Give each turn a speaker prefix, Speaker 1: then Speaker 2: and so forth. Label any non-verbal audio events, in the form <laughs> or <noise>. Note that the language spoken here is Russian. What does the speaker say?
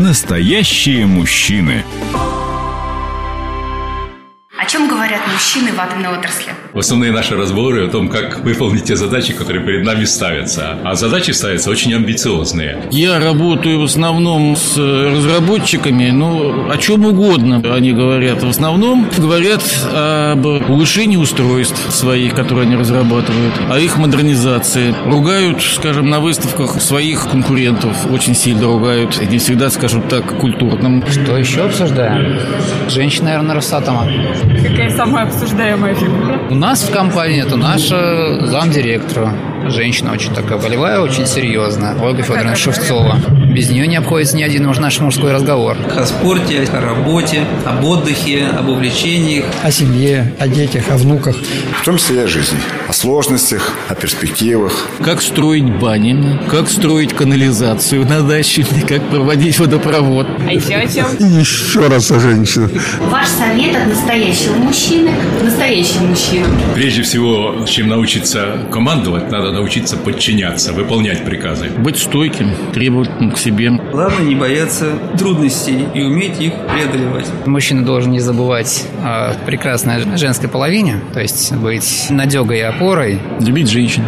Speaker 1: Настоящие мужчины.
Speaker 2: О чем говорят мужчины в атомной отрасли?
Speaker 3: Основные наши разговоры о том, как выполнить те задачи, которые перед нами ставятся. А задачи ставятся очень амбициозные.
Speaker 4: Я работаю в основном с э, разработчиками, но о чем угодно они говорят. В основном говорят об улучшении устройств своих, которые они разрабатывают, о их модернизации. Ругают, скажем, на выставках своих конкурентов, очень сильно ругают, и не всегда, скажем так, культурным.
Speaker 5: Что еще обсуждаем? Женщина, наверное, Росатома.
Speaker 6: Какая самая обсуждаемая фигура?
Speaker 5: У нас в компании это наша замдиректора. Женщина очень такая болевая, очень серьезная. Ольга Федоровна Шевцова. Без нее не обходится ни один наш мужской разговор.
Speaker 7: О спорте, о работе, об отдыхе, об увлечениях.
Speaker 8: О семье, о детях, о внуках.
Speaker 9: В том числе и о жизни. О сложностях, о перспективах.
Speaker 4: Как строить бани, как строить канализацию на даче, <laughs> как проводить водопровод.
Speaker 6: А еще о чем?
Speaker 10: Еще раз о женщинах.
Speaker 2: Ваш совет от настоящего мужчины к настоящему мужчину.
Speaker 3: Прежде всего, чем научиться командовать, надо научиться подчиняться, выполнять приказы.
Speaker 4: Быть стойким, требовательным к себе.
Speaker 7: Главное не бояться трудностей и уметь их преодолевать.
Speaker 5: Мужчина должен не забывать о прекрасной женской половине, то есть быть надегой и опорой.
Speaker 4: Любить женщину.